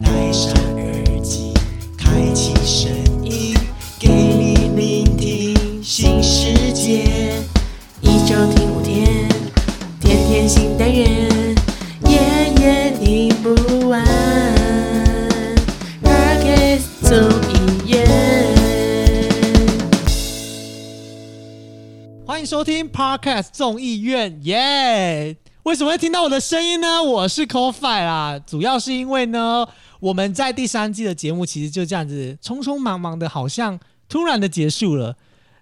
戴上耳机，开启声音，给你聆听新世界。一周听五天，天天新单元，夜夜听不完。p o d c a s 总医院。欢迎收听 Podcast 众议院，耶、为什么会听到我的声音呢？我是 CoFi 啦，主要是因为呢，我们在第三季的节目其实就这样子匆匆忙忙的，好像突然的结束了。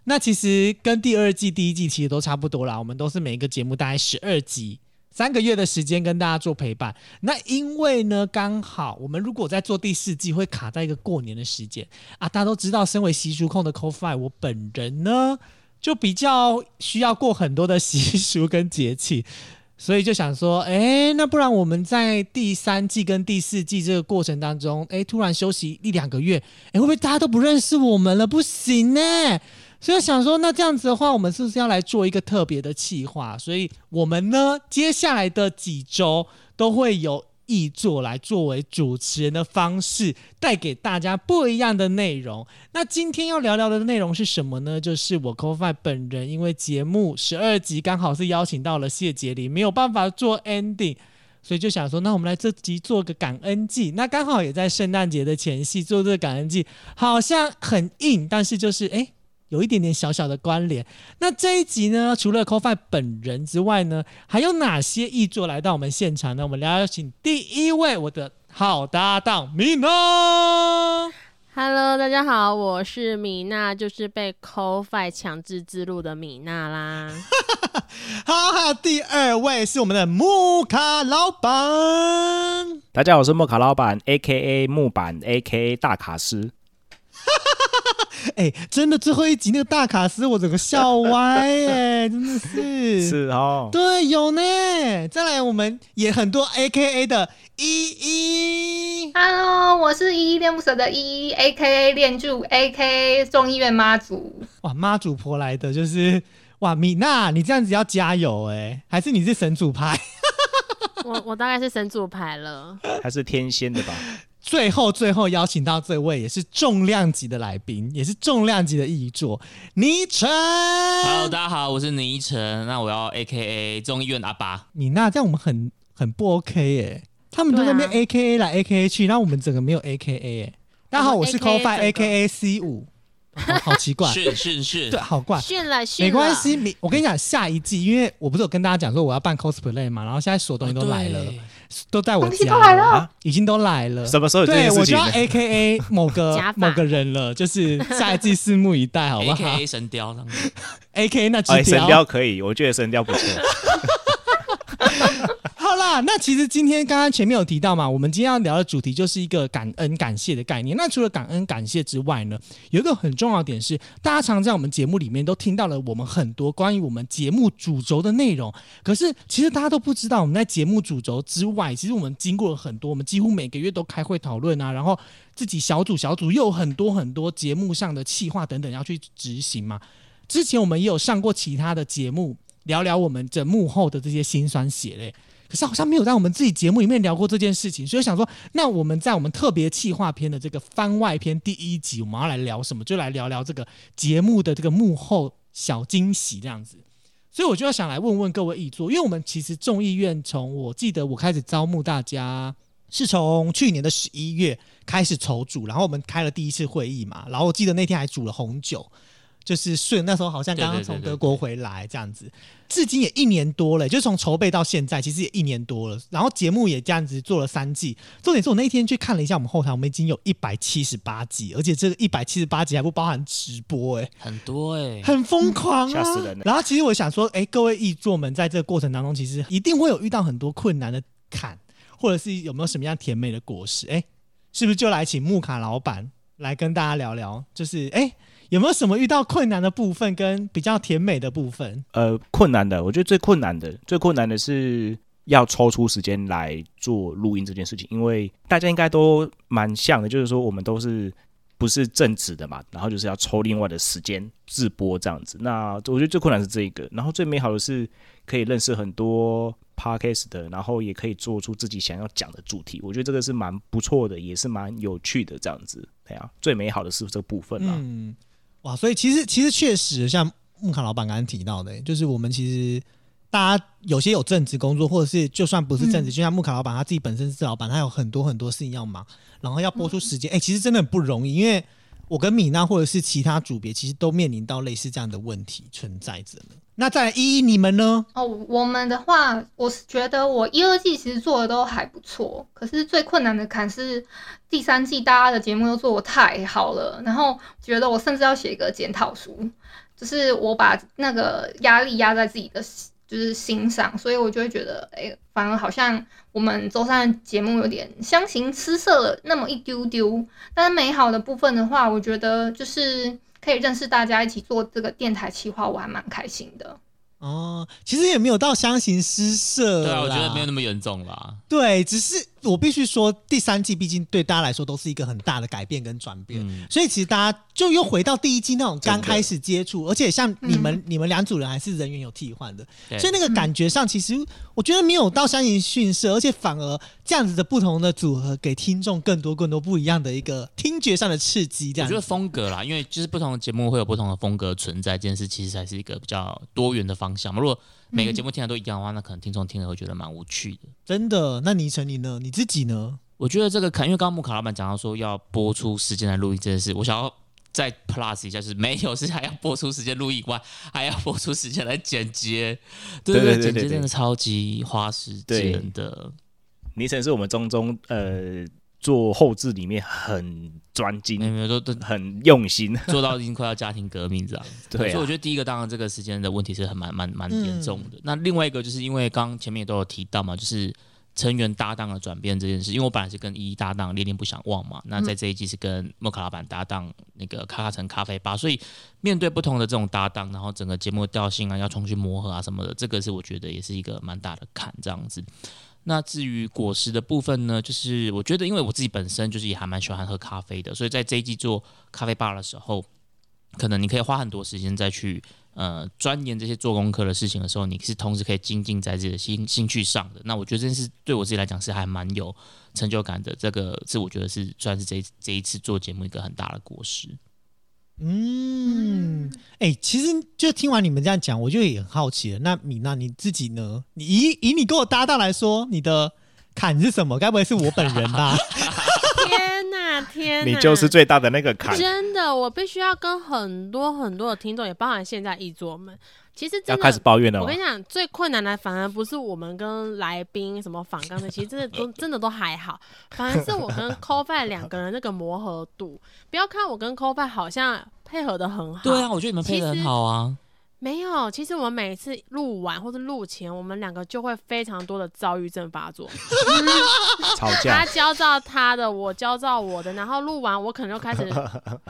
那其实跟第二季、第一季其实都差不多啦，我们都是每一个节目大概十二集，三个月的时间跟大家做陪伴。那因为呢，刚好我们如果在做第四季，会卡在一个过年的时间啊。大家都知道，身为习俗控的 CoFi，我本人呢就比较需要过很多的习俗跟节气， 所以就想说，哎，那不然我们在第三季跟第四季这个过程当中，哎，突然休息一两个月，哎，会不会大家都不认识我们了？不行呢、所以想说，那这样子的话，我们是不是要来做一个特别的企划？所以我们呢，接下来的几周都会有译作来作为主持人的方式，带给大家不一样的内容。那今天要聊聊的内容是什么呢？就是我 CoFi 本人，因为节目十二集刚好是邀请到了谢杰林，没有办法做 ending。所以就想说，那我们来这集做个感恩季，那刚好也在圣诞节的前夕做这个感恩季，好像很硬，但是就是诶。有一点点小小的关联。那这一集呢，除了 CoFi 本人之外呢，还有哪些译作来到我们现场呢？我们来邀请第一位我的好搭档 Mino。 Hello，大家好，我是米娜，就是被 CoFi 强制自录的米娜啦。 好，还有第二位是我们的木卡老板。大家好，我是莫卡老板，A K A 木板，A K A 大卡师。哎、真的最后一集那个大卡斯，我整个笑歪哎、真的 是。哦，对，有呢。再来，我们也很多 A K A 的依依。 Hello，我是依依恋不舍的依依，A K A 恋柱，A K A 众议院妈祖。哇，妈祖婆来的就是 哇，米娜，你这样子要加油哎、还是你是神主牌？我我大概是神主牌了，他是天仙的吧？ 最后最后邀请到这位也是重量级的来宾，也是重量级的译作倪晨。 Hello，大家好，我是倪晨。那我要 A K A 众议院阿爸，米娜，这样我们很很不 OK 哎、他们都在那边对 A K A 来 A K A 去，然后我们整个没有 A K A 哎、大家好，我我们是 AKA CoFi 整个 A K A C 五、哦好奇怪，是是是，对，啊好怪。训了训没了，关系，米我跟你讲，下一季，因为我不是有跟大家讲说我要办 cosplay 嘛，然后现在所有东西都来了，对都在我东西家都来了啊已经都来了。什么时候有这对，件我事就情要？A K A 某个假发某个人了，就是下一季拭目以待，好不 ，A 好 K A 神雕这样子。 ？A K A 那啊哎，只神雕。雕可以，我觉得神雕不错。好啦，那其实今天刚刚前面有提到嘛，我们今天要聊的主题就是一个感恩感谢的概念。那除了感恩感谢之外呢，有一个很重要的点是，大家常在我们节目里面都听到了我们很多关于我们节目主轴的内容，可是其实大家都不知道，我们在节目主轴之外，其实我们经过了很多，我们几乎每个月都开会讨论啊，然后自己小组小组又有很多很多节目上的企划等等要去执行嘛。之前我们也有上过其他的节目，聊聊我们这幕后的这些辛酸血泪。可是好像没有在我们自己节目里面聊过这件事情，所以想说，那我们在我们特别企划篇的这个番外篇第一集，我们要来聊什么？就来聊聊这个节目的这个幕后小惊喜这样子。所以我就要想来问问各位议座，因为我们其实众议院从我记得我开始招募大家是从去年的十一月开始筹组，然后我们开了第一次会议嘛，然后我记得那天还煮了红酒，就是顺那时候好像刚刚对对对从对德国回来这样子，至今也一年多了，就从筹备到现在，其实也一年多了，然后节目也这样子做了三季，重点是我那一天去看了一下我们后台，我们已经有一百七十八集，而且这个一百七十八集还不包含直播、欸，很多 哎、很疯狂啊！吓死人了然后其实我想说，哎、各位译作们在这个过程当中，其实一定会有遇到很多困难的坎，或者是有没有什么样甜美的果实？哎、是不是就来请木卡老板来跟大家聊聊？就是哎、有没有什么遇到困难的部分跟比较甜美的部分？呃，困难的，我觉得最困难的，最困难的是要抽出时间来做录音这件事情，因为大家应该都蛮像的，就是说我们都是不是正职的嘛，然后就是要抽另外的时间自播这样子。那我觉得最困难是这一个，然后最美好的是可以认识很多 podcast 的，然后也可以做出自己想要讲的主题。我觉得这个是蛮不错的，也是蛮有趣的这样子。对啊，最美好的是这部分啦。嗯，哇，所以其实其实确实像木卡老板刚刚提到的，就是我们其实大家有些有正职工作，或者是就算不是正职，就像木卡老板他自己本身是老板，他有很多很多事情要忙，然后要播出时间，哎、其实真的很不容易，因为我跟米娜或者是其他组别，其实都面临到类似这样的问题存在着呢。那再来一一你们呢？哦，我们的话，我是觉得我一二季其实做的都还不错，可是最困难的坎是第三季大家的节目都做的太好了，然后觉得我甚至要写一个检讨书，就是我把那个压力压在自己的就是心上，所以我就会觉得，哎、反而好像我们周三的节目有点相形失色了那么一丢丢。但是美好的部分的话，我觉得就是可以认识大家一起做这个电台企划，我还蛮开心的。哦，其实也没有到相形失色啦，对啊，我觉得没有那么严重啦。对，只是我必须说，第三季毕竟对大家来说都是一个很大的改变跟转变，嗯所以其实大家就又回到第一季那种刚开始接触，而且像你们、嗯你们两组人还是人员有替换的，对所以那个感觉上其实我觉得没有到相形逊色，而且反而这样子的不同的组合给听众更多更多不一样的一个听觉上的刺激，这我样觉子得风格啦，因为就是不同的节目会有不同的风格存在，这件事其实还是一个比较多元的方向嘛。如果每个节目听的都一样的话，那可能听众听了会觉得蛮无趣的。真的。那倪晨你呢？你自己呢？我觉得这个坎，因为刚刚木卡老板讲到说要播出时间来录音这件事，我想要再 plus 一下，就是没有是还要播出时间录音以外，还要播出时间来剪 接，对对对对剪对对接真的超级花时间 的。尼晨是我们中中呃做后置里面很专没有精、没有都都很用心。做到已经快要家庭革命这样。对所以我啊，嗯觉得第一个当然这个时间的问题是很蛮蛮蛮严重的。那另外一个就是因为刚刚前面也都有提到嘛，就是成员搭档的转变这件事。因为我本来是跟依依搭档恋恋不想忘嘛，嗯那在这一季是跟莫卡老板搭档那个卡卡城咖啡吧，所以面对不同的这种搭档，然后整个节目的调性啊要重新磨合啊什么的，这个是我觉得也是一个蛮大的坎这样子。那至于果实的部分呢，就是我觉得，因为我自己本身就是也还蛮喜欢喝咖啡的，所以在这一季做咖啡吧的时候，可能你可以花很多时间再去呃钻研这些做功课的事情的时候，你是同时可以精进在自己的兴兴趣上的。那我觉得这件事对我自己来讲是还蛮有成就感的，这个是我觉得是算是这一这一次做节目一个很大的果实。嗯，哎、其实就听完你们这样讲，我就也很好奇了。那米娜你自己呢？你以以你跟我搭档来说，你的坎是什么？该不会是我本人吧？天哪，天你哪，啊就是最大的那个坎，真的，我必须要跟很多很多的听众，也包含现在一桌们，其实要真的开始抱怨了我吗跟？你讲，最困难的反而不是我们跟来宾什么访刚的，其实真 的都真的都还好，反而是我跟 c o f i 两个人那个磨合度。不要看我跟 c o f i 好像配合的很好，对啊，我觉得你们配的很好啊。没有，其实我们每次录完或者录前，我们两个就会非常多的躁郁症 发作。吵他架，焦躁他的，我焦躁我的，然后录完我可能就 开始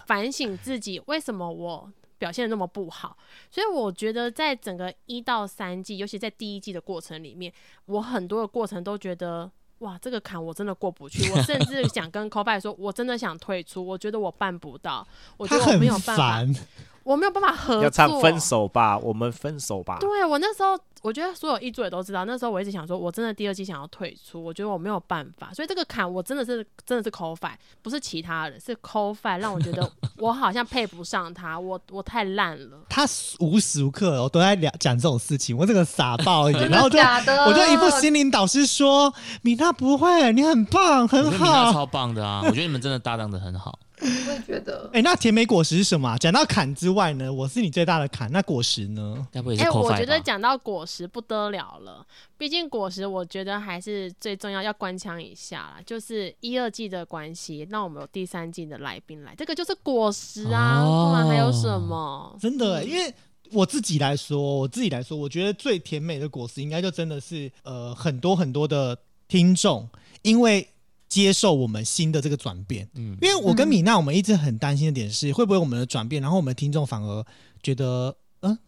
反省自己，为什么我表现得那么不好。所以我觉得在整个一到三季，尤其在第一季的过程里面，我很多的过程都觉得。哇，这个坎我真的过不 去，我甚至想跟 c o b a 说，我真的想退出，我觉得我办不到，我觉他得我很没有办法，烦，我没有办法合作。要唱分手吧，我们分手吧。对我那时候，我觉得所有一组也都知道，那时候我一直想说，我真的第二季想要退出，我觉得我没有办法，所以这个坎我真的是真的是抠饭，不是其他人，是抠饭，让我觉 得我好像配不上他，我我太烂了。他无时无刻哦都在聊讲这种事情，我这个傻爆 一点，然后就假的，我就一副心灵导师说：“米娜不会，你很棒，我觉很得你们好。超棒的啊！我觉得你们真的搭档的很好。我也觉得”哎、那甜美果实是什么啊、讲到坎之外呢，我是你最大的坎。那果实呢？该不会也哎、是 c o 我 f 觉 i 得吧？讲到果实不得了了，毕竟果实我觉得还是最重要，要官腔一下啦，就是一二季的关系，那我们有第三季的来宾来，这个就是果实啊，不然还有哦什么？真的、因为我自己来说，我自己来说，我觉得最甜美的果实应该就真的是呃很多很多的听众，因为接受我们新的这个转变。嗯因为我跟米娜，我们一直很担心的点是，会不会我们的转变，然后我们的听众反而觉得，嗯，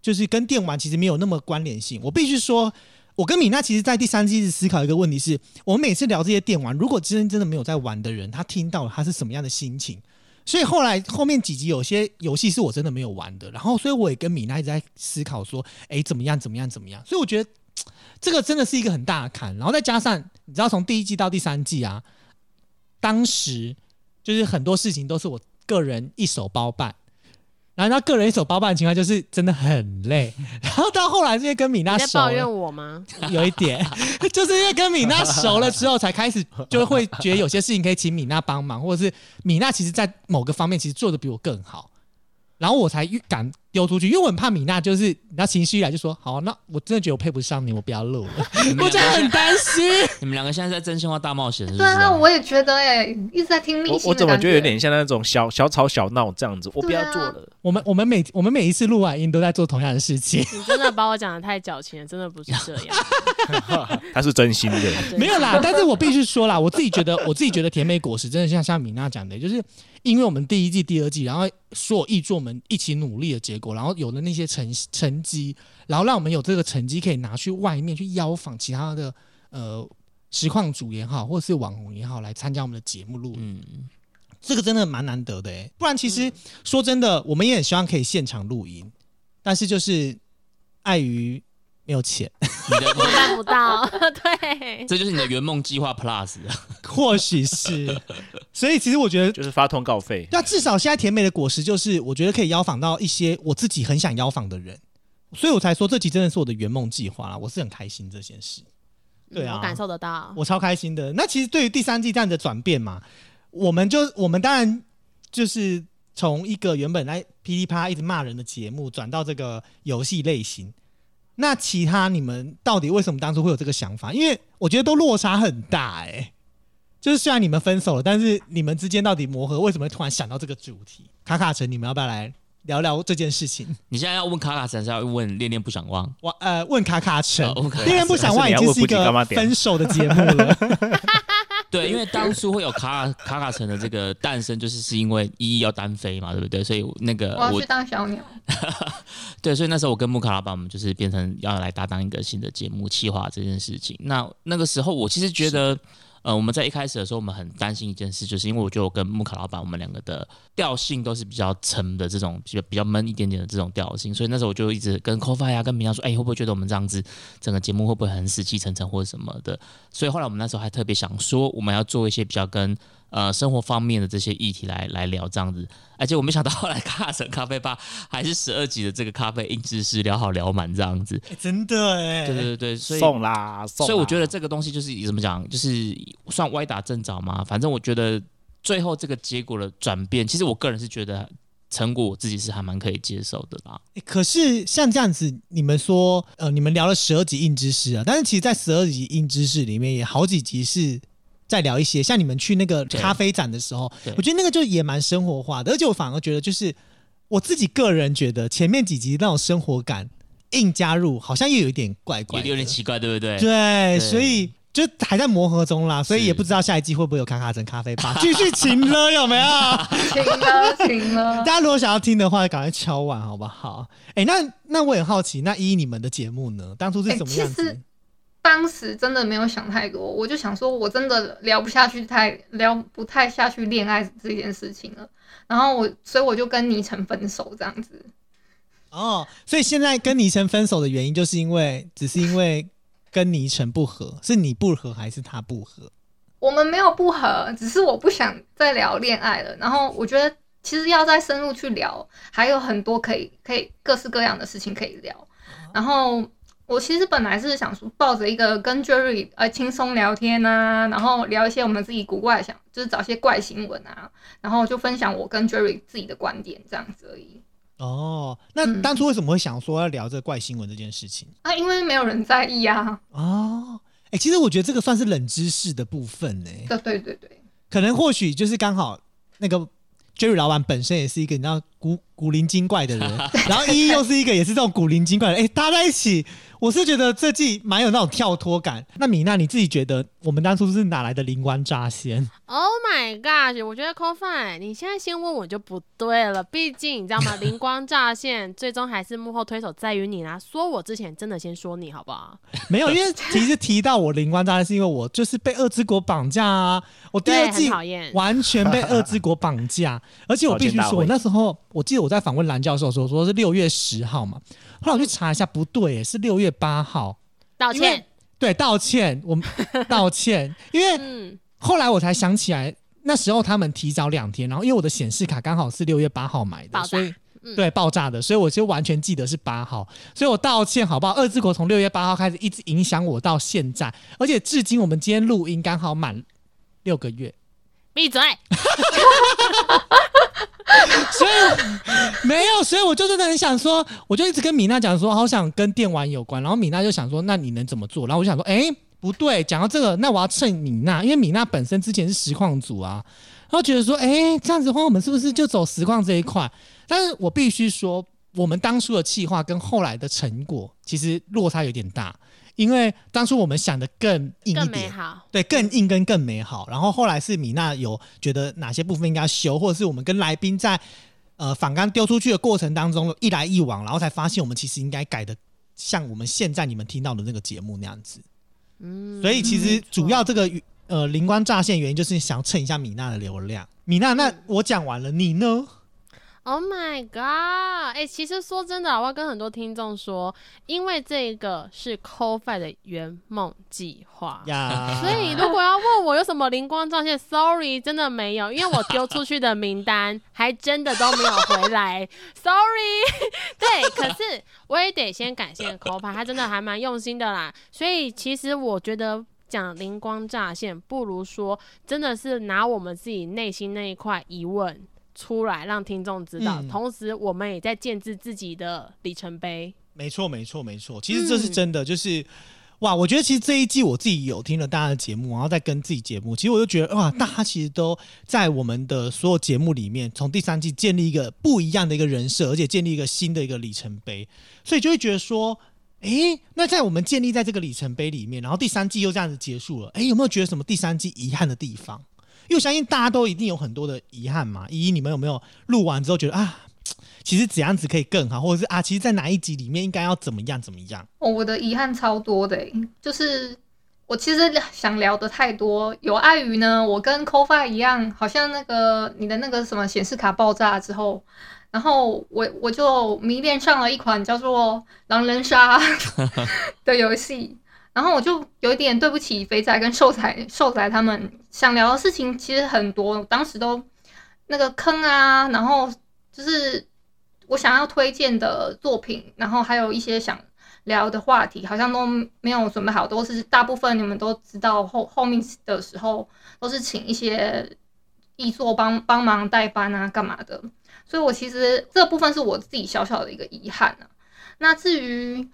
就是跟电玩其实没有那么关联性。我必须说，我跟米娜其实，在第三季一直思考一个问题是，我们每次聊这些电玩，如果真真的没有在玩的人，他听到了他是什么样的心情？所以后来后面几集有些游戏是我真的没有玩的，然后所以我也跟米娜一直在思考说，哎，怎么样，怎么样，怎么样？所以我觉得嘖这个真的是一个很大的坎。然后再加上你知道，从第一季到第三季啊，当时就是很多事情都是我个人一手包办。然后他个人一手包办的情况就是真的很累，然后到后来因为跟米娜你在熟抱了，怨我吗？有一点，就是因为跟米娜熟了之后，才开始就会觉得有些事情可以请米娜帮忙，或者是米娜其实在某个方面其实做的比我更好，然后我才敢丢出去，因为我很怕米娜就是那情绪一来就说好，那我真的觉得我配不上你，我不要录了，你们我两个真的 很担心。你们两个现在在真心话大冒险，是不对是啊，啊？我也觉得哎、一直在听逆我心我的怎么感觉得有点像那种小小吵小闹这样子？我不要啊做了，我们我们每我们每一次录完音都在做同样的事情，你真的把我讲的太矫情了，真的不是这 样。他是真心的。 真的没有啦，但是我必须说啦，我自己觉得， 我自己觉得甜美果实真的像像米娜讲的，就是因为我们第一季、第二季，然后所有译作们一起努力的结果，然后有了那些成成绩，然后让我们有这个成绩可以拿去外面去邀访其他的呃实况组也好，或是网红也好来参加我们的节目录影，嗯，这个真的蛮难得的哎、不然其实、说真的，我们也很希望可以现场录音，但是就是碍于没有钱。 你的你的办不到，对，这就是你的圆梦计划 Plus，啊或许是，所以其实我觉得，就是发通告费，那至少现在甜美的果实就是，我觉得可以邀访到一些我自己很想邀访的人，所以我才说这集真的是我的圆梦计划啦，我是很开心这件事，对啊嗯我感受得到。我超开心的。那其实对于第三季这样的转变嘛，我们就我们当然就是从一个原本来噼里啪啦一直骂人的节目，转到这个游戏类型。那其他你们到底为什么当初会有这个想法？因为我觉得都落差很大哎、就是虽然你们分手了，但是你们之间到底磨合，为什么会突然想到这个主题？卡卡城，你们要不要来聊聊这件事情？你现在要问卡卡城，是要问恋恋不想忘？我呃，问卡卡城哦问卡卡，城恋人不想忘已经是一还是你要问布吉干个嘛点分手的节目 了。欸 对，因为当初会有卡卡卡卡城的这个诞生，就是是因为依依要单飞嘛，对不对？所以那个我要我去当小鸟， 对，所以那时候我跟木卡老板，我们就是变成要来搭档一个新的节目企划这件事情。那那个时候，我其实觉得，呃，我们在一开始的时候，我们很担心一件事，就是因为我觉得我跟木卡老板，我们两个的调性都是比较沉的这种，比较比较闷一点点的这种调性。所以那时候我就一直跟 c o f i 啊，跟明阳说，哎、会不会觉得我们这样子，整个节目会不会很死气沉沉或者什么的？所以后来我们那时候还特别想说，我们要做一些比较跟呃生活方面的这些议题来来聊这样子。而且我没想到后来 卡神咖啡吧还是十二集的这个咖啡因知识聊好聊满这样子。欸真的哎、啊对对对对，所以送啦送所啦。以我觉得这个东西就是怎么讲，就是算歪打正着嘛。反正我觉得最后这个结果的转变，其实我个人是觉得成果我自己是还蛮可以接受的啦。欸可是像这样子，你们说，呃，你们聊了十二集硬知识啊，但是其实，在十二集硬知识里面，也好几集是在聊一些，像你们去那个对咖啡展的时候对，我觉得那个就也蛮生活化的，而且我反而觉得，就是我自己个人觉得前面几集那种生活感硬加入，好像又有一点怪有怪的，有点奇怪，对不对？对，对所以。就还在磨合中啦，所以是也不知道下一季会不会有卡卡城咖啡吧，继续请了有没有？行了 行了。大家如果想要听的话，赶快敲碗好不好？哎、那那我很好奇，那依依你们的节目呢，当初是什么样子？哎诶其实当时真的没有想太多，我就想说，我真的聊不下去太聊不太下去恋爱这件事情了。然后我，所以我就跟倪晨分手这样子。哦，所以现在跟倪晨分手的原因，就是因为只是因为跟倪晨不合，是你不合还是他不合？我们没有不合，只是我不想再聊恋爱了。然后我觉得，其实要再深入去聊，还有很多可以可以各式各样的事情可以聊。然后我其实本来是想说，抱着一个跟 Jerry 呃轻松聊天啊，然后聊一些我们自己古怪的想，就是找一些怪新闻啊，然后就分享我跟 Jerry 自己的观点这样子而已。哦，那嗯当初为什么会想说要聊这个怪新闻这件事情？啊，因为没有人在意啊。哦，哎、其实我觉得这个算是冷知识的部分呢、欸对对对对，可能或许就是刚好那个 Jerry 老板本身也是一个你知道古古灵精怪的人， 然后依依又是一个也是这种古灵精怪的人，哎、搭在一起，我是觉得这季蛮有那种跳脱感。那米娜你自己觉得我们当初是哪来的灵光乍 现？ Oh my gosh！我觉得 c o f i 你现在先问我就不对了，毕竟你知道吗？灵光乍现，最终还是幕后推手在于你啦。说我之前真的先说你好不好？没有，因为其实提到我灵光乍现，是因为我就是被二之国绑架啊，我第二对，很季讨厌。完全被二之国绑 架，而且我必须保健大说，会我那时候我记得我在访问蓝教授的时候，说是六月十号嘛，后来我去查一下，不对耶，是六月八号。道因为歉。对道歉，我 们道歉，因为嗯，后来我才想起来，那时候他们提早两天，然后因为我的显示卡刚好是六月八号买爆的，炸所以。嗯对，爆炸的，所以我就完全记得是八号，所以我道歉好不好？二字国从六月八号开始一直影响我到现在，而且至今我们今天录音刚好满六个月，闭嘴。所以 没有，所以我就真的很想说，我就一直跟米娜讲说，好想跟电玩有关。然后米娜就想说，那你能怎么做？然后我就想说，哎、不对，讲到这个，那我要蹭米娜，因为米娜本身之前是实况组啊，然后觉得说，哎、这样子的话，我们是不是就走实况这一块？但是我必须说，我们当初的计划跟后来的成果其实落差有点大，因为当初我们想的更硬一更美点。好。对，更硬跟更美好。然后后来是米娜有觉得哪些部分应该修，或者是我们跟来宾在呃反刚丢出去的过程当中一来一往，然后才发现我们其实应该改的像我们现在你们听到的那个节目那样子。嗯，所以其没实错主要这个呃灵光乍现原因就是想蹭一下米娜的流量。米娜，那嗯我讲完了，你呢？ Oh my god！哎、其实说真的啊，我要跟很多听众说，因为这个是 CoFi 的圆梦计划。啊呀， 所以，如果要问我有什么灵光乍现，sorry，真的没有，因为我丢出去的名单还真的都没有回 来，sorry。对， 可是我也得先感谢 CoFi，他真的还蛮用心的啦。所以，其实我觉得讲灵光乍现，不如说真的是拿我们自己内心那一块疑问出来，让听众知道，嗯同时我们也在建制自己的里程 哦碑。没错，没错，没错。其实这是真的，就是哇，我觉得其实这一季我自己有听了大家的节目，然后再跟自己节目，其实我就觉得哇，大家其实都在我们的所有节目里面，从第三季建立一个不一样的一个人设，而且建立一个新的一个里程碑，所以就会觉得说。诶，那在我们建立在这个里程碑里面，然后第三季又这样子结束了，诶，有没有觉得什么第三季遗憾的地方？因为我相信大家都一定有很多的遗憾嘛。依依，你们有没有录完之后觉得啊，其实怎样子可以更好，或者是啊，其实，在哪一集里面应该要怎么样怎么样？哦，我的遗憾超多的欸，就是我其实想聊的太多，有碍于呢，我跟 CoFi 一样，好像那个你的那个什么显示卡爆炸之后，然后我我就迷恋上了一款叫做《狼人杀》 的游戏，然后我就有一点对不起肥仔跟瘦仔瘦仔他们，想聊的事情其实很多，我当时都那个坑啊，然后就是我想要推荐的作品，然后还有一些想。聊的话题，好像都没有准备好，都是大部分你们都知道后后面的时候都是请一些艺作帮帮忙代班啊，干嘛的。所以我其实这部分是我自己小小的一个遗憾啊。那至于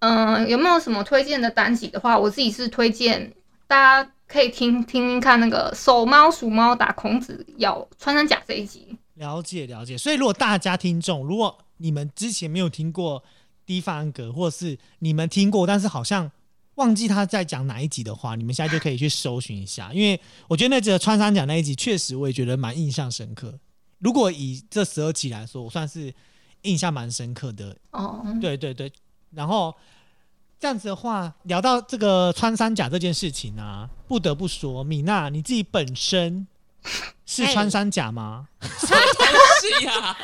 嗯、呃有没有什么推荐的单集的话，我自己是推荐大家可以听听听看那个手猫鼠猫打孔子咬穿山甲这一集。了解了解。所以，如果大家听众，如果你们之前没有听过低发安格，或者是你们听过，但是好像忘记他在讲哪一集的话，你们现在就可以去搜寻一下，因为我觉得那集的穿山甲那一集，确实我也觉得蛮印象深刻。如果以这十二集来说，我算是印象蛮深刻的哦，对对对，然后这样子的话，聊到这个穿山甲这件事情啊，不得不说，米娜你自己本身是哎穿山甲吗？是呀，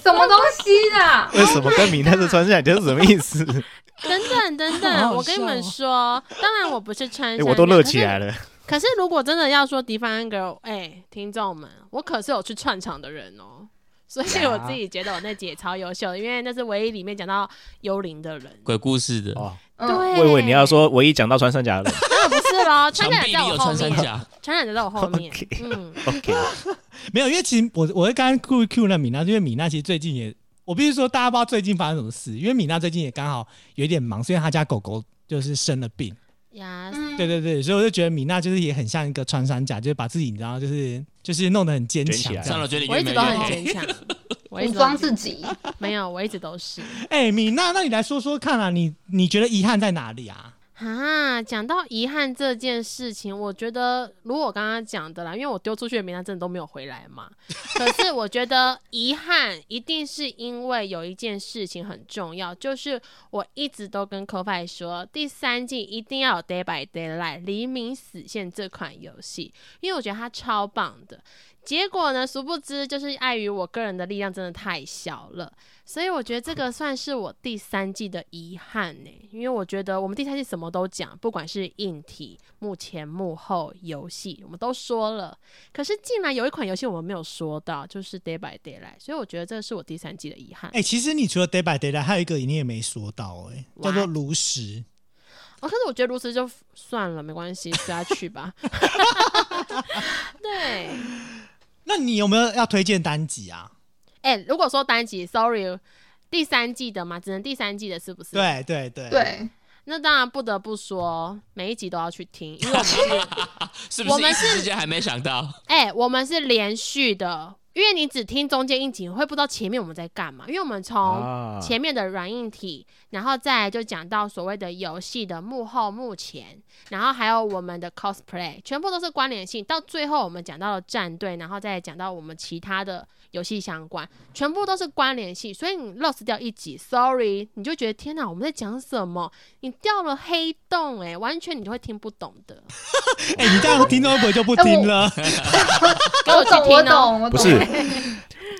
什么东西啊？为什么跟米娜是穿山甲是什么意 思？等等等好等，好我跟你们笑说，当然我不是穿哎、山甲，我都乐可起是来了。可是如果真的要说迪凡安格，哎、听众们，我可是有去串场的人哦、所以我自己觉得我那集也超优秀，因为那是唯一里面讲到幽灵的人。鬼故事的。哦，嗯，对，我以为你要，说唯一讲到穿山甲的人啊那不是 咯，穿墙甲壁在里我有后穿山面，甲，穿甲在我后 面 OK。嗯， ，OK，没有，因为其实我我会刚刚故意 Q 那米娜，因为米娜其实最近也，我必须说大家不知道最近发生什么事，因为米娜最近也刚好有一点忙，所以她家狗狗就是生了病。 呀，嗯对对对，所以我就觉得米娜就是也很像一个穿山甲，就是把自己你知道就是就是弄得很坚卷起强来这样上了。绝顶我一直都很坚强，我一武直都装很自己。没有，我一直都是。哎、米娜，那你来说说看啊，你你觉得遗憾在哪里啊？啊，讲到遗憾这件事情，我觉得如我刚刚讲的啦，因为我丢出去的名单真的都没有回来嘛。可是我觉得遗憾一定是因为有一件事情很重要，就是我一直都跟 c o f i 说，第三季一定要有 Day by Daylight《黎明死线》这款游戏，因为我觉得它超棒的。结果呢，殊不知就是碍于我个人的力量真的太小了，所以我觉得这个算是我第三季的遗憾呢、因为我觉得我们第三季什么都讲，不管是硬体、幕前幕后、游戏，我们都说了，可是竟然有一款游戏我们没有说到，就是《Day by Daylight》，所以我觉得这是我第三季的遗憾。哎、其实你除了 Day by Day 还有一个你也没说到、哎，叫做 What？炉石。哦，可是我觉得如此就算了，没关系，随他去吧。对，那你有没有要推荐单集啊？哎、如果说单集，sorry，第三季的嘛，只能第三季的，是不是？。对对对，对，那当然不得不说，每一集都要去听，因为我们是，是我不是们一是时之间还没想到？哎、我们是连续的，因为你只听中间一集，会不知道前面我们在干嘛，因为我们从哦啊前面的软硬体，然后再来就讲到所谓的游戏的幕后、幕前，然后还有我们的 cosplay，全部都是关联性。到最后我们讲到了战队，然后再讲到我们其他的游戏相关，全部都是关联性。所以你 lost 掉一集，sorry，你就觉得天哪，我们在讲什么？你掉了黑洞、哎，完全你就会听不懂的。哎、你这样听众会不会就不听了？哎 给我我去懂，我听哦懂，我不懂。是，哎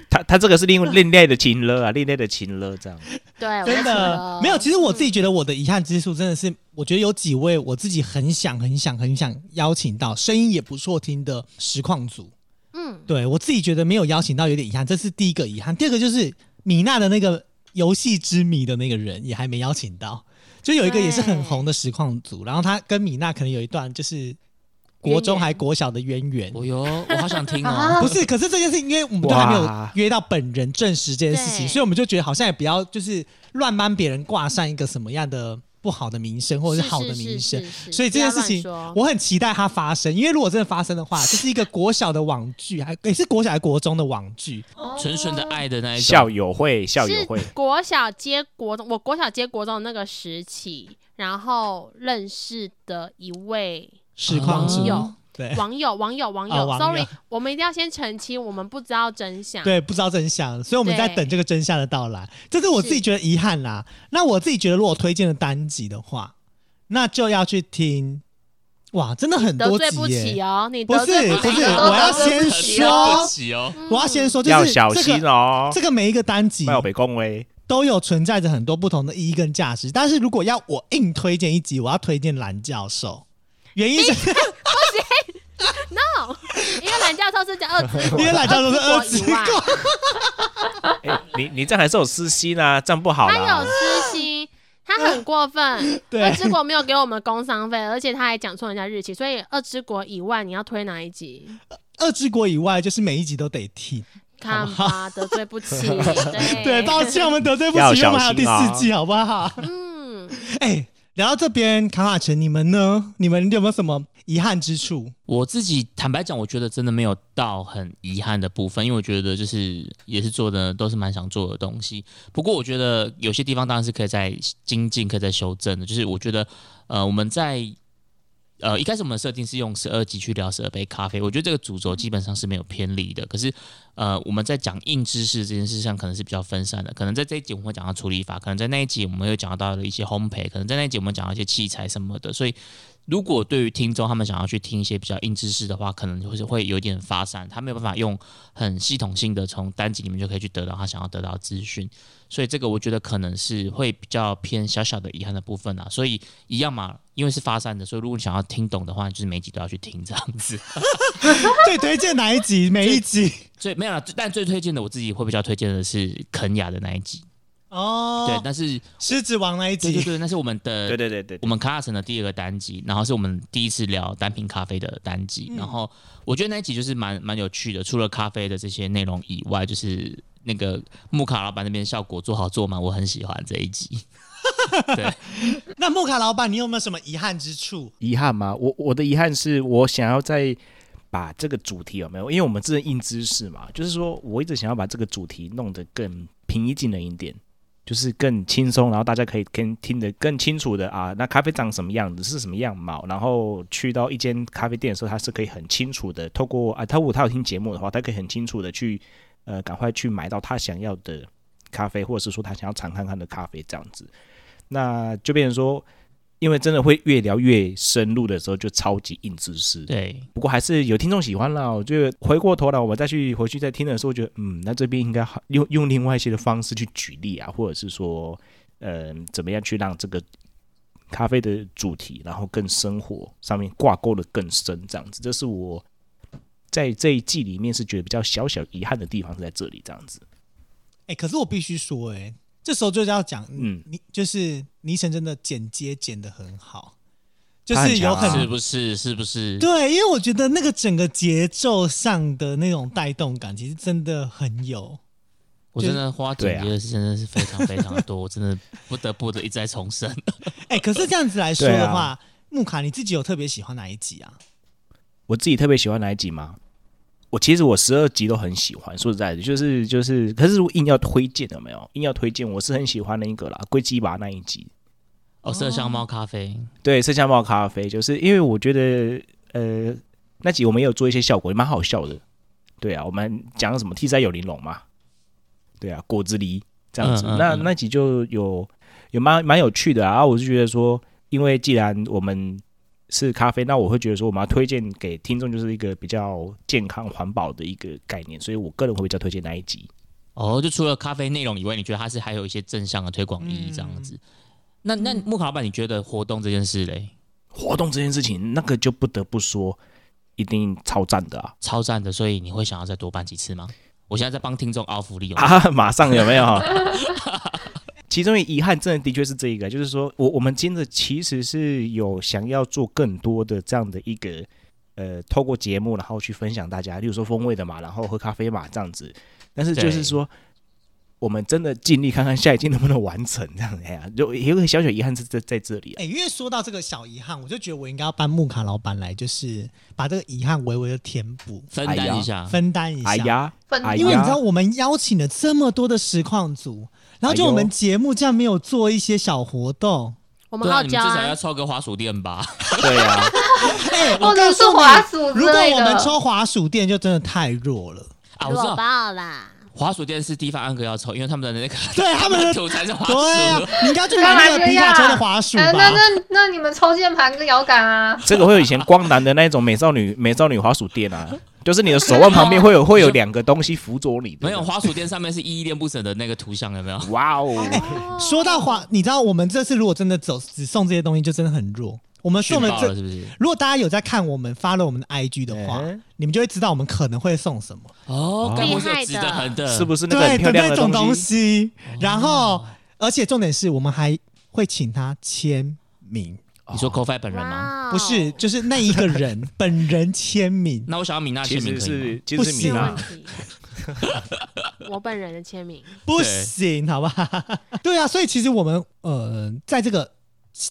他他这个是另另类的情了啊，另类的情了这样。对，我在真的扯没有。其实嗯我自己觉得我的遗憾之处真的是，我觉得有几位我自己很想、很想、很想邀请到，声音也不错听的实况组，嗯，对我自己觉得没有邀请到有点遗憾，这是第一个遗憾。第二个就是米娜的那个游戏之谜的那个人也还没邀请到，就有一个也是很红的实况组，然后他跟米娜可能有一段就是国中还国小的渊源。我哟，我好想听哦啊。不是，可是这件事，因为我们都还没有哇约到本人证实这件事情，对所以我们就觉得好像也不要就是乱帮别人挂上一个什么样的不好的名声或者是好的名声是。是是是所以这件事情不要乱说我很期待它发生，因为如果真的发生的话， 这是一个国小的网剧，还也是国小还国中的网剧，纯纯的爱的那一校种，友会，校友会是，国小接国中，我国小接国中的那个时期，然后认识的一位实况组网哦友对网友，网友，网友、哎啊网友 s o r r y 我们一定要先澄清，我们不知道真相。对，不知道真相，所以我们在对等这个真相的到来，这是我自己是觉得遗憾啦。那我自己觉得，如果推荐的单集的话，那就要去听，哇，真的很得多罪集不耶起。哦，你不得罪是起不是，得我要罪先不起哦说对不，起哦，嗯我要先说，就要是小心这个哦，这个每一个单集不要被恭维。都有存在着很多不同的意义跟价值。但是如果要我硬推荐一集，我要推荐蓝教授，原因是 no，因为蓝教授是讲 二次，因为蓝教授是二次次以外，哎，你你这样还是有私心啊，这样不好他有啦。私心，他很过分。 对二之国没有给我们工伤费，而且他还讲错人家日期，所以二之国以外你要推哪一集？二之国以外，就是每一集都得听。看好吧，得罪 不起。对对，抱歉，我们得罪不要起，因为我们还有小第心啊四季，好不好？嗯，哎，聊到这边，卡卡城，你们呢？你们有没有什么遗憾之处？我自己坦白讲，我觉得真的没有到很遗憾的部分，因为我觉得就是也是做的都是蛮想做的东西。不过我觉得有些地方当然是可以在精进、可以在修正的。就是我觉得，呃，我们在呃一开始我们的设定是用十二集去聊十二杯咖啡，我觉得这个主轴基本上是没有偏离的。可是呃，我们在讲硬知识这件事上，可能是比较分散的。可能在这一集我们会讲到处理法，可能在那一集我们又讲到了一些烘焙，可能在那一集我们讲到一些器材什么的。所以，如果对于听众他们想要去听一些比较硬知识的话，可能会是会有点发散，他没有办法用很系统性的从单集里面就可以去得到他想要得到的资讯。所以这个我觉得可能是会比较偏小小的遗憾的部分啦。啊所以一样嘛，因为是发散的，所以如果你想要听懂的话，就是每一集都要去听这样子。 最推荐哪一集？每一集所以没有啦，但最推荐的我自己会比较推荐的是肯雅的那一集，哦，对，但是狮子王那一对对集， 对，那是我们的对对对对我，们卡卡城的第二个单集，然后是我们第一次聊单品咖啡的单集，然后我觉得那一集就是蛮蛮有趣的，除了咖啡的这些内容以外，就是那个木卡老板那边效果做好做满，我很喜欢这一集。对，那莫卡老板，你有没有什么遗憾之处？遗憾吗？我我的遗憾是我想要再把这个主题有没有？因为我们之前硬知识嘛，就是说我一直想要把这个主题弄得更平易近人一点。就是更轻松，然后大家可以跟听得更清楚的啊，那咖啡长什么样子，是什么样貌，然后去到一间咖啡店的时候，他是可以很清楚的透过啊，他如果他有听节目的话，他可以很清楚的去呃，赶快去买到他想要的咖啡，或者是说他想要尝看看的咖啡这样子，那就变成说。因为真的会越聊越深入的时候，就超级硬知识。对，不过还是有听众喜欢啦。我觉得回过头来，我们再去回去再听的时候，我觉得嗯，那这边应该好用用另外一些的方式去举例啊，或者是说，嗯、怎么样去让这个咖啡的主题，然后更生活上面挂钩的更深，这样子，这是我在这一季里面是觉得比较小小遗憾的地方是在这里，这样子。哎、可是我必须说、哎，这时候就是要讲，嗯嗯，你就是倪晨真的剪接剪的很好，就他很是有强啊很是不是？是不是？对，因为我觉得那个整个节奏上的那种带动感，其实真的很有。我真的花对剪啊辑的真的是非常非常多，我真的不得不的一直在重申。哎、可是这样子来说对啊的话，木卡你自己有特别喜欢哪一集啊？我自己特别喜欢哪一集吗？我其实我十二集都很喜欢，说实在的，就是就是，可是如果呃硬要推荐有没有？硬要推荐，我是很喜欢那一个啦，龟鸡吧那一集，哦，麝香猫咖啡，对，麝香猫咖啡，就是因为我觉得呃那集我们也有做一些效果，也蛮好笑的。对啊，我们讲什么 T 三有玲珑嘛，对啊，果子狸这样子，嗯嗯那嗯那集就有有蛮蛮有趣的啊。然后我就觉得说，因为既然我们是咖啡，那我会觉得说我们要推荐给听众就是一个比较健康环保的一个概念，所以我个人会比较推荐那一集。哦，就除了咖啡内容以外，你觉得它是还有一些正向的推广意义这样子？那那木卡老板，你觉得活动这件事嘞，活动这件事情，那个就不得不说，一定超赞的啊！超赞的，所以你会想要再多办几次吗？我现在在帮听众凹福利哦。 啊，马上有没有？ 其中遗憾真的的确是这一个，就是说我我们真的其实是有想要做更多的这样的一个呃，透过节目然后去分享大家，例如说风味的嘛，然后喝咖啡嘛这样子，但是就是对说。我们真的尽力看看下一季能不能完成这样子哎呀，就有一个小小遗憾是在在这里啊。哎、因为说到这个小遗憾，我就觉得我应该要搬木卡老板来，就是把这个遗憾微微的填补、分哎呀担一下，啊分担一下。哎呀，分哎呀因为你知道，我们邀请了这么多的实况组，然后就我哎们呦节目竟然没有做一些小活动。我们对啊，傲你娇们至少啊要，抽个滑鼠垫吧？ 对啊， 哎、我或者告诉哦是滑你，鼠之如果类我们的。抽滑鼠垫，就真的太弱了。啊，我知弱道爆啦！滑鼠垫是地方安哥要抽，因为他们的那个对他们的 图才是滑对啊鼠。，你应该去买那个皮卡丘的滑鼠哎，那吧。那那你们抽键盘跟摇 杆啊？这个会有以前光南的那种美少女美少女滑鼠垫啊，就是你的手腕旁边会有会有两个东西辅佐你的，没有滑鼠垫上面是依依恋不舍的那个图像，有没有？哇哦，说到哦滑，你知道我们这次如果真的走只送这些东西，就真的很弱。我们炫送了爆了这，是不哎是？如果大家有在看我们发了我们的 IG 的话嗯，你们就会知道我们可能会送什么，哦，该不会是有值得很的，是不是那个对很漂的亮那的种东西？西。哦然后，而且重点是我们还会请他签名，你说 CoFi 本人吗？哇哦不是，就是那一个 人本人签名。那我想要米娜其签名实可以吗是其实是不没米行啊有问娜，题。 我本人的签名，不行，好不好？对啊，所以其实我们呃，在这个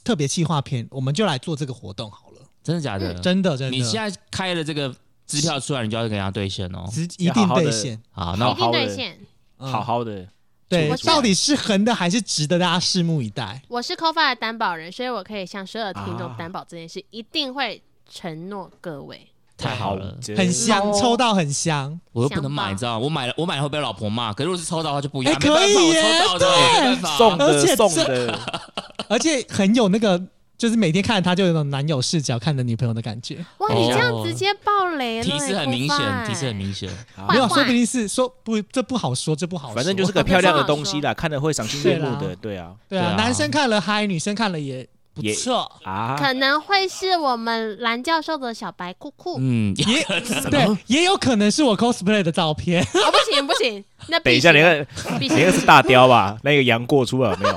特别企划篇，我们就来做这个活动好了。真的假的？真的，真的，嗯你现在开了这个支票出来，你就要跟人家兑现哦。直一要好定好兑地现。好，那一好我定好兑的，现。嗯好好的，对我，到底是横的还是直的？大家拭目以待。我是 CoFi 的担保人，所以我可以向所有听众啊担保这件事，一定会承诺各位。太好了，很像香，哦抽到很香。我又不能想法买，你知道吗？我买了，我买了会被老婆骂。可是如果是抽到的话就不一样，哎没可办法，以我耶抽到的，没办法。送而且的送这的，而且很有那个，就是每天看着他就有那种男友视角看着女朋友的感觉。哇，哦你这样直接爆雷了，欸提示很明显，提示很明。明显。啊没有，坏说不定是说不，这不好说，这不好说。反正就是个漂亮的东西啦，看了会赏心悦目对啦，的对啊对啊，对啊男生看了嗨，女生看了也不也错。啊，可能会是我们蓝教授的小白裤裤。嗯，也对，也有可能是我 cosplay 的照片。哦，不行不行，那等一下，你必须看必你那个须是大雕吧？ 那个杨过出来有 没有？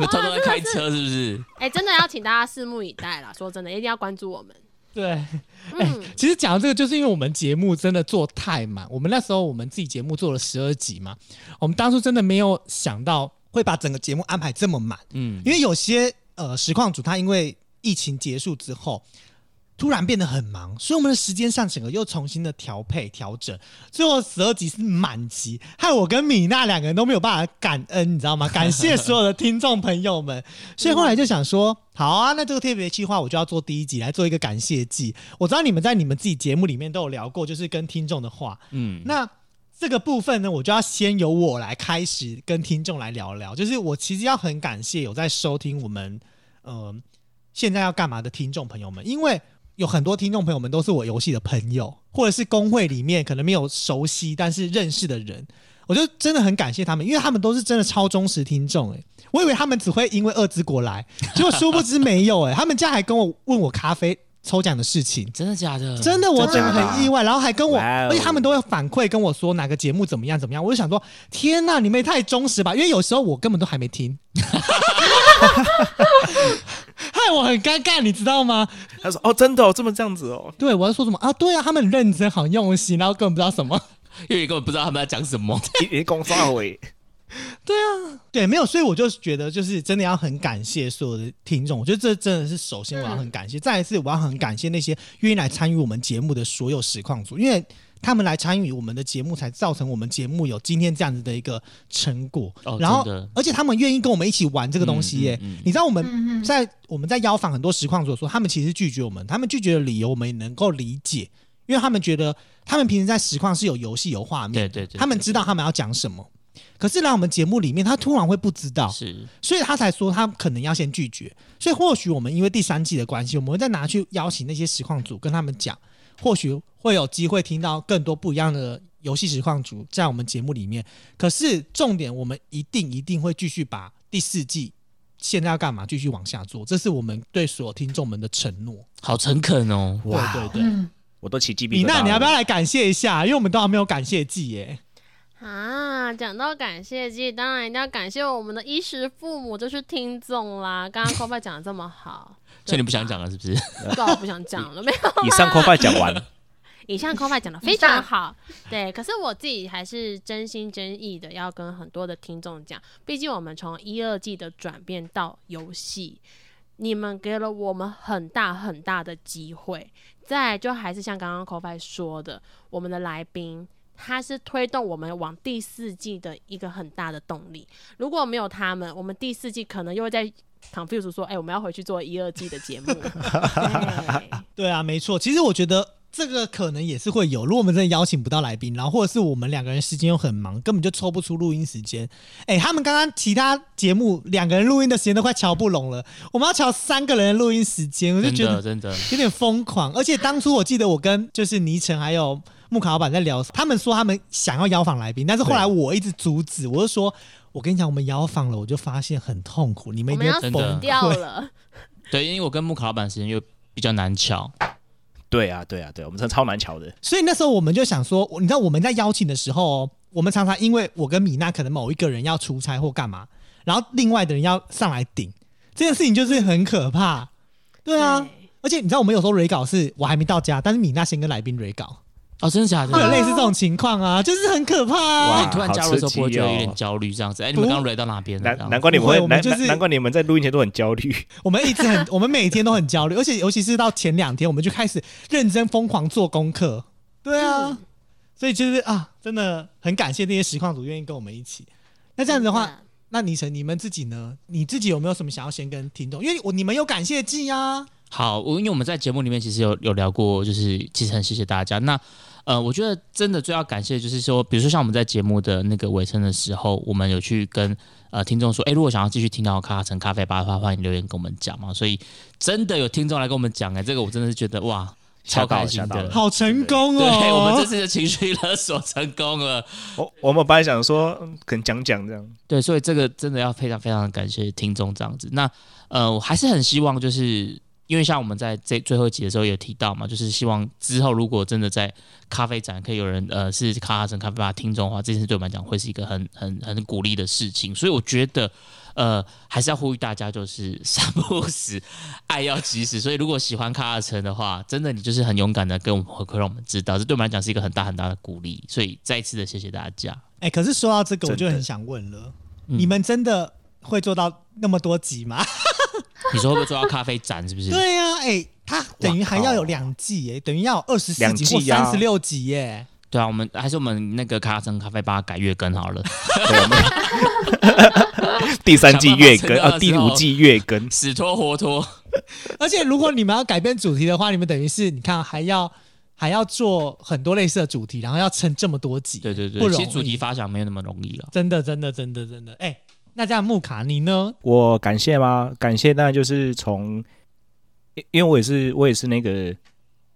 你偷偷在开车是不是？哎，真的要请大家拭目以待啦。说真的，一定要关注我们。对，嗯，其实讲到这个，就是因为我们节目真的做太满，我们那时候我们自己节目做了十二集嘛，我们当初真的没有想到会把整个节目安排这么满，嗯，因为有些呃实况组他因为疫情结束之后，突然变得很忙，所以我们的时间上整个又重新的调配调整，最后十二集是满级，害我跟米娜两个人都没有办法感恩，你知道 吗？感谢所有的听众朋友们，所以后来就想说，好啊，那这个特别计划我就要做第一集来做一个感谢季。我知道你们在你们自己节目里面都有聊过，就是跟听众的话，嗯，那这个部分呢，我就要先由我来开始跟听众来聊聊。就是我其实要很感谢有在收听我们，呃，现在要干嘛的听众朋友们，因为有很多听众朋友们都是我游戏的朋友，或者是工会里面可能没有熟悉但是认识的人，我就真的很感谢他们，因为他们都是真的超忠实听众。哎，我以为他们只会因为二之国来，结果殊不知没有。哎，他们家还跟我问我咖啡抽奖的事情。真的假的？真的，我整嗯真个的假的很意外，然后还跟我，哇哦而且他们都会反馈跟我说哪个节目怎么样怎么样，我就想说，天呐，你们也太忠实吧，因为有时候我根本都还没听， 害我很尴尬，你知道吗？他说：“哦，真的哦，这么这样子哦。对我要说什么啊？对啊，他们很认真，很用心，然后根本不知道什么。因为你根本不知道他们在讲 什么。你”你是公发委，对，没有，所以我就觉得，就是真的要很感谢所有的听众。我觉得这真的是首先我嗯要很感谢，再一次我要很感谢那些愿意来参与我们节目的所有实况组，因为他们来参与我们的节目，才造成我们节目有今天这样子的一个成果。哦然后真的，而且他们愿意跟我们一起玩这个东西耶。嗯嗯嗯你知道我们嗯嗯，在我们在邀访很多实况组的时候，他们其实拒绝我们，他们拒绝的理由我们也能够理解，因为他们觉得他们平时在实况是有游戏有画面，对对对对他们知道他们要讲什么。可是来我们节目里面，他突然会不知道，是所以他才说他可能要先拒绝。所以或许我们因为第三季的关系，我们会再拿去邀请那些实况组跟他们讲，或许会有机会听到更多不一样的游戏实况组在我们节目里面。可是重点，我们一定一定会继续把第四季现在要干嘛继续往下做，这是我们对所有听众们的承诺。好诚恳哦。对对对，嗯，我都起鸡皮米疙瘩了。娜，你要不要来感谢一下？因为我们都还没有感谢季耶。啊，讲到感谢季，当然一定要感谢我们的衣食父母，就是听众啦。刚刚 c o p 讲的这么好，所以你不想讲了是不是？算了，不想讲了，没有。以上快快讲完，以上 c o p 讲的非常好，对。可是我自己还是真心真意的要跟很多的听众讲，毕竟我们从一二季的转变到游戏，你们给了我们很大很大的机会。再来就还是像刚刚 c o p 说的，我们的来宾。他是推动我们往第四季的一个很大的动力。如果没有他们，我们第四季可能又会在 confuse 说，哎、我们要回去做一二季的节目。对对啊，没错。其实我觉得这个可能也是会有，如果我们真的邀请不到来宾，然后或者是我们两个人时间又很忙，根本就抽不出录音时间。哎，他们刚刚其他节目两个人录音的时间都快瞧不拢了，我们要瞧三个人的录音时 间，我就真觉的得真的，有点疯狂。而且当初我记得我跟就是倪晨还有。木卡老板在聊，他们说他们想要邀访来宾，但是后来我一直阻止，我就说，我跟你讲，我们邀访了，我就发现很痛苦，你们我一定们要会真崩的溃。掉了。对，因为我跟木卡老板时间又比较难巧，对啊，对啊，对啊，我们真的超难瞧的。所以那时候我们就想说，我你知道我们在邀请的时候、哦，我们常常因为我跟米娜可能某一个人要出差或干嘛，然后另外的人要上来顶这件事情，就是很可怕。 对啊，而且你知道我们有时候蕊稿是我还没到家，但是米娜先跟来宾蕊稿，哦，真的假的？会有类似这种情况啊，就是很可怕啊。你突然加入的时候，不会觉得有点焦虑这样子？哎，你们不刚刚 read 到哪边了？难这样难怪你们不会会我们难就是难难怪你们在录音前都很焦虑。我们一直很，我们每天都很焦虑，而且尤其是到前两天，我们就开始认真疯狂做功课。对啊，所以就是啊，真的很感谢那些实况组愿意跟我们一起。那这样子的啊话，那倪晨，你们自己呢？你自己有没有什么想要先跟听众？因为我你们有感谢祭啊，好，我因为我们在节目里面其实有有聊过，就是其实很谢谢大家。那呃，我觉得真的最要感谢的就是说，比如说像我们在节目的那个尾声的时候，我们有去跟呃听众说，哎、如果想要继续听到卡卡城咖啡吧的话，欢迎留言跟我们讲嘛。所以真的有听众来跟我们讲，哎，这个我真的是觉得哇，吓超到开了心吓到的了。好成功哦！呃对我们这次的情绪勒索成功了，我我们本来想说，嗯可能讲讲这样，对，所以这个真的要非常非常感谢听众这样子。那呃，我还是很希望，就是因为像我们在这最后一集的时候有提到嘛，就是希望之后如果真的在咖啡展可以有人呃是卡卡城咖啡吧听众的话，这件事对我们来讲会是一个很很很鼓励的事情。所以我觉得。呃，还是要呼吁大家，就是三不五时，爱要及时。所以，如果喜欢卡卡城的话，真的你就是很勇敢的跟我们回馈，让我们知道，这对我们来讲是一个很大很大的鼓励。所以，再一次的谢谢大家。哎、可是说到这个，真的我就很想问了，嗯你们真的会做到那么多集吗？你说会不会做到咖啡展？是不是？对呀、哎、它等于还要有两季耶，等于要二十四两集季或啊三十六集耶。对啊，我们还是我们那个咖啡咖啡吧改月更 好了， 第三季月更想办法啊，第五季月更，死拖活拖。而且如果你们要改变主题的话，你们等于是你看还要还要做很多类似的主题，然后要撑这么多集， 对对不对，容其易。实主题发想没有那么容易啊了。真的真的真的真的，哎、那这样木卡你呢？我感谢吗？感谢当然就是从，因因为我也是我也是那个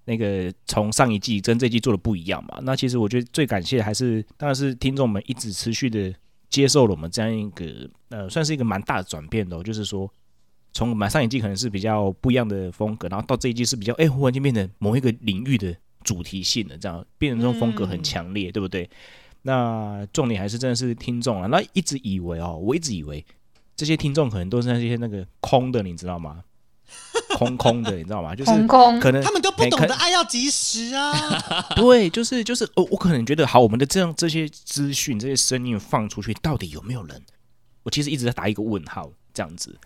那个从上一季跟这季做的不一样嘛。那其实我觉得最感谢还是当然是听众们一直持续的接受了我们这样一个呃，算是一个蛮大的转变的哦、就是说。从我们上一季可能是比较不一样的风格，然后到这一季是比较哎，忽然间变成某一个领域的主题性的，这样变成这种风格很强烈，对不对？那重点还是真的是听众啊，那一直以为哦，我一直以为这些听众可能都是那些那个空的，你知 道吗？空空的，你知道吗？就是空空可能他们都不哎懂可得爱要及时啊，对，就是就是，哦，我可能觉得好，我们的这样这些资讯、这些声音放出去，到底有没有人？我其实一直在打一个问号，这样子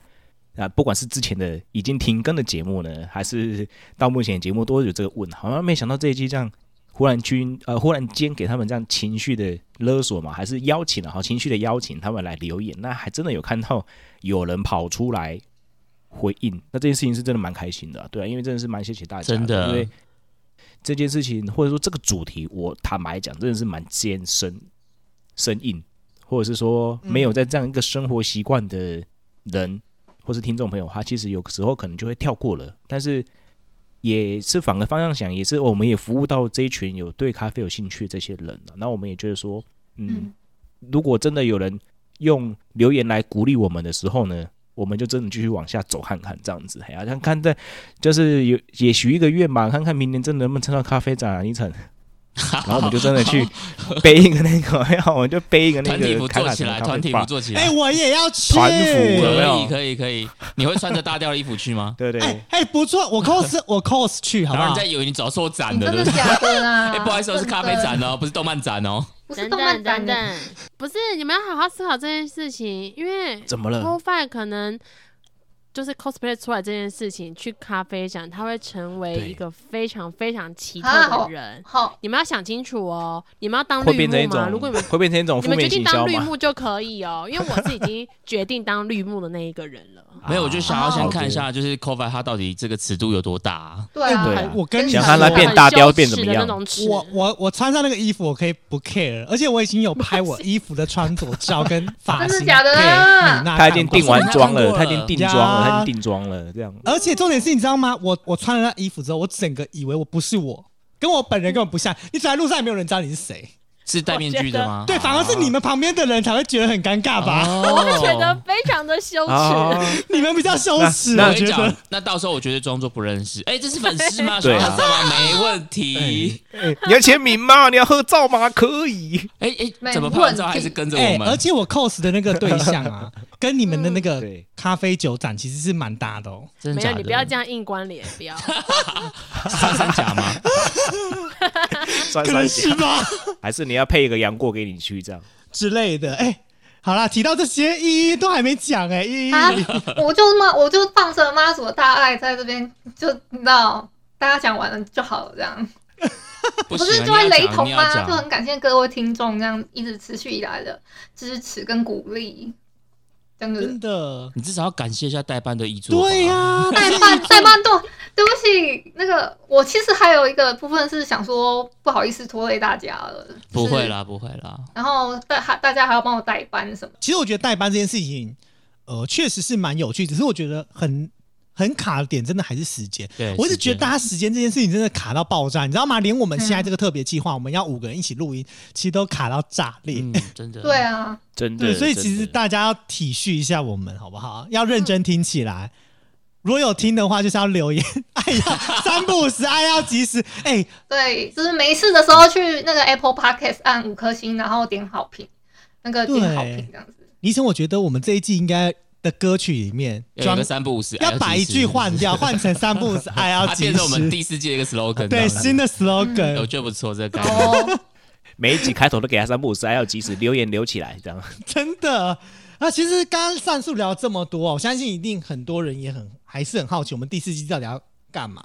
啊，不管是之前的已经停更的节目呢，还是到目前的节目，都有这个问号。然后没想到这一季这样忽然间呃，忽然间给他们这样情绪的勒索嘛，还是邀请了哈，情绪的邀请他们来留言，那还真的有看到有人跑出来。回应，那这件事情是真的蛮开心的啊、对啊，因为真的是蛮谢谢大家，真的因为这件事情或者说这个主题，我坦白讲，真的是蛮艰深、生硬，或者是说没有在这样一个生活习惯的人，或是听众朋友，他其实有时候可能就会跳过了，但是也是反个方向想，也是我们也服务到这一群有对咖啡有兴趣的这些人了、那我们也觉得说，嗯嗯，如果真的有人用留言来鼓励我们的时候呢，我们就真的继续往下走看看，这样子，哎呀，看看在就是有也许一个月嘛，看看明年真的能不能撑到咖啡展一层。 然后我们就真的去背一个那个， 然后我们就背一个那团体个服卡做卡起城来，咖团啡体吧服做起哎、来，我也要去。团服有没可以有可以可以，你会穿着大吊的衣服去 吗？对对哎、哎、不错，我 cos 我 cos 去好然不后好人家？以为你找错展你的，真对的不对？假的啦？ 哎，不好意思，我是咖啡展哦，不是动漫展 哦。不是等动漫等展等的。等，不是你们要好好思考这件事情，因为怎么了？ cosplay 可能就是 cosplay 出来这件事情，去咖啡展，他会成为对一个非常非常奇特啊好的人。好，你们要想清楚哦，你们要当会绿变成一幕吗？种，如果你们会变成一种你负们决面定行当销绿吗？幕就可以哦，因为我是已经决定当绿幕的那一个人了。没有，我就想要先看一啊下，就是 cover 它到底这个尺度有多大啊。对啊，对哎啊我我跟你想说看他变大雕 变怎么样哦很羞耻的那种尺我我我穿上那个衣服，我可以不 care，而且我已经有拍我衣服的穿着照跟发型真的假的给啊米娜他已经看过定完妆了，他看过了已经定妆了，呀他已经定妆了，这样而且重点是，你知道吗？我我穿了那衣服之后，我整个以为我不是我，跟我本人根本不像。你走在路上也没有人知道你是谁，是戴面具的吗？哦对，反而是你们旁边的人才会觉得很尴尬吧？ 我我觉得非常的羞耻。啊，你们比较羞耻，那我我跟觉你得讲。，那到时候我绝对装作不认识。哎，这是粉丝吗？ 对说啊他是吗？没问题。哎你要签名吗？你要合照吗？可以， 哎哎，没怎么问题拍完照还是跟着哎、我们嗯而？且我 cos 的那个对象啊， 跟你们的那个对，咖啡酒展其实是蛮搭的哦。真的没假有，的？你不要这样硬关脸， 不要。穿山甲吗？算可算能行是吧还是你要配一个杨过给你去这样？ 之类的。哎、好啦，提到这些，依依都还没讲哎、 依依，啊，我就妈，我就放着妈祖的大爱在这边，就你知道，大家讲完了就好了，这样不不行是啊就会你要雷讲同你要吗？讲就很感谢各位听众这样一直持续以来的支持跟鼓励，真的真。的，你至少要感谢一下代办的遗作吧。对呀、啊代办代办动，对不起，那个我其实还有一个部分是想说不好意思拖累大家了，不会了。啦，不会啦。然后大还大家还要帮我代班什么？其实我觉得代班这件事情，呃，确实是蛮有趣，只是我觉得很很卡的点，真的还是时间。对，我一直时觉间得大家时间这件事情真的卡到爆炸，你知道吗？连我们现在这个特别计划，我们要五个人一起录音，其实都卡到炸裂。嗯，真的。对，啊，真的，对，所以真其实的大家要体恤一下我们，好不好？要认真听起来。如果有听的话，就是要留言。哎呀，三不五时，爱要及时。哎、对，就是没事的时候去那个 Apple Podcast 按五颗星，然后点好评，那个点好评这样子。倪晨，我觉得我们这一季应该的歌曲里面有一装个三不五十，要把一句换哎 掉，换成三不五时，爱要要及时及它 变成我们时。第四季的一个 slogan 这对样子。新的哎 slogan，我觉得不错，这个概念。哦，每一集开头都给他三不五时，还要及时留言留起来，这样。 真的。那其哦实刚刚上述聊这么多，我相信一定很多人也很还是很好奇，我们第四季到底要干嘛。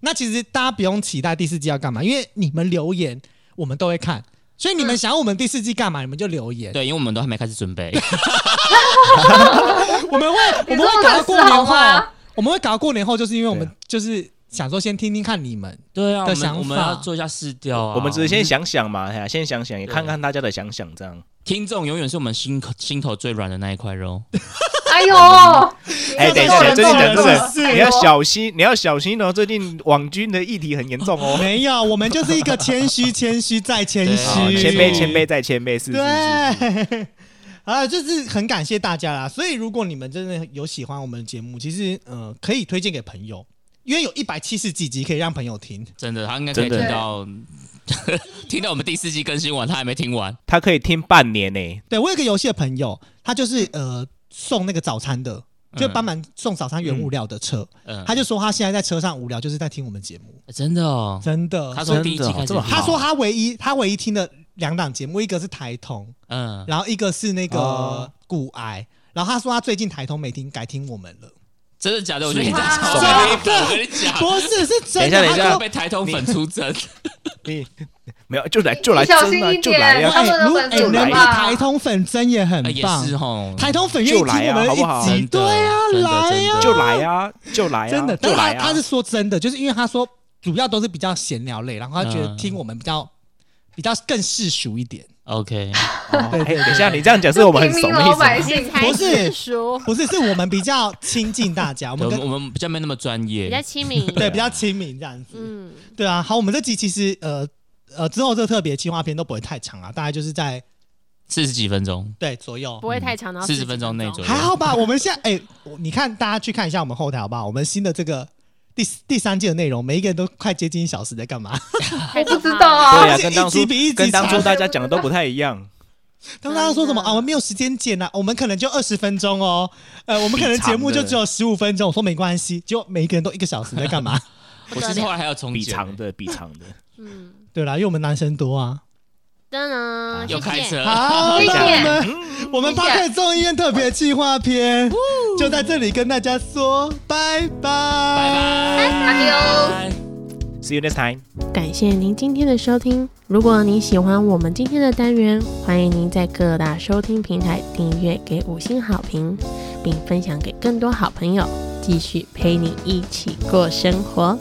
那其实大家不用期待第四季要干嘛，因为你们留言我们都会看，所以嗯你们想要我们第四季干嘛，你们就留言。对，因为我们都还没开始准 备。我们会我你们这会搞么到敢过死年好后吗，我们会搞到过年后，就是因为我们对啊就是想说先听听看你们，对啊，我的们想我们法要做一下试调啊。我们只是先想想嘛，哎呀，先想想，也看对看大家的想想，这样。听众永远是我们心口心头最软的那一 块肉。哎呦， 哎，你等一这下，个最做近人讲这做人个做，人你要小心，你要小心哦。最近网军的议题很严重哦。没有，我们就是一个谦虚、谦虚再谦对好虚，是啊谦卑，谦卑再谦卑，是是是。是对， 啊，就是很感谢大家啦。所以如果你们真的有喜欢我们的节目，其实呃可以推荐给朋友，因为有一百七十几集可以让朋友听。真的，他应该可以真听的到 听到我们第四季更新完，他还没听完。他可以听半年呢。对我有一个游戏的朋友，他就是嗯呃送那个早餐的，就嗯帮忙送早餐原物料的车，嗯，他就说他现在在车上无聊，就是在听我们节目，真的哦，真的。他所以从第一季开始真的哦这么听他说他唯一他唯一听的两档节目，一个是台通，嗯，然后一个是那个哦骨癌。然后他说他最近台通没听，改听我们了。真的假的？我觉得你在哇找黑粉，我跟你讲，不是，是真的。啊等一下等一下他说被台通粉出征。你没有就来就来你小争心啊，一就来点，呀！他们哎如果能的粉丝来来被吧台通粉真也很啊也棒是，吼，台通粉愿意听我们的一就来啊好不好集，对啊，真的来呀，就来呀，就来呀，真的。但就是他来啊呀。他是说真的，就是因为他说主要都是比较闲聊类，然后他觉得嗯听我们比较比较更世俗一点， OK，哦对哎，对等一下，你这样讲是我们很平怂民的意老思吗百。姓才不是世 俗，不是是我们比较亲近大家，我对们我跟们我们比较没那么专比较业，亲民。对比较亲民这样子。嗯，对啊，好，我们这集其实呃呃之后这个特别企划片都不会太长啊，大概就是在四十几分钟，对左右不。会太长，然后40分钟内左右还好吧，我们现在哎、我你看大家去看一下我们后台好不好？我们新的这个第第三季的内容，每一个人都快接近一小时，在干嘛？我不知道啊对呀，是跟当一初集比一集跟当初长大家讲的都不太一样。他们大家说什么真啊？的我们没有时间剪啊，我们可能就二十分钟哦，呃，我们可能节目就只有十五分钟。我说没关系，结果每一个人都一个小时在干嘛？我其实后来还有重比剪，长的，比长的。嗯，对啦，因为我们男生多啊。当然，啊有开谢谢车，好，谢谢那我们我们谢谢 p 克众议院特别企划篇就在这里跟大家说拜拜，拜拜拜。 See you next time. 感谢您今天的收听。如果您喜欢我们今天的单元，欢迎您在各大收听平台订阅、给五星好评，并分享给更多好朋友，继续陪你一起过生活。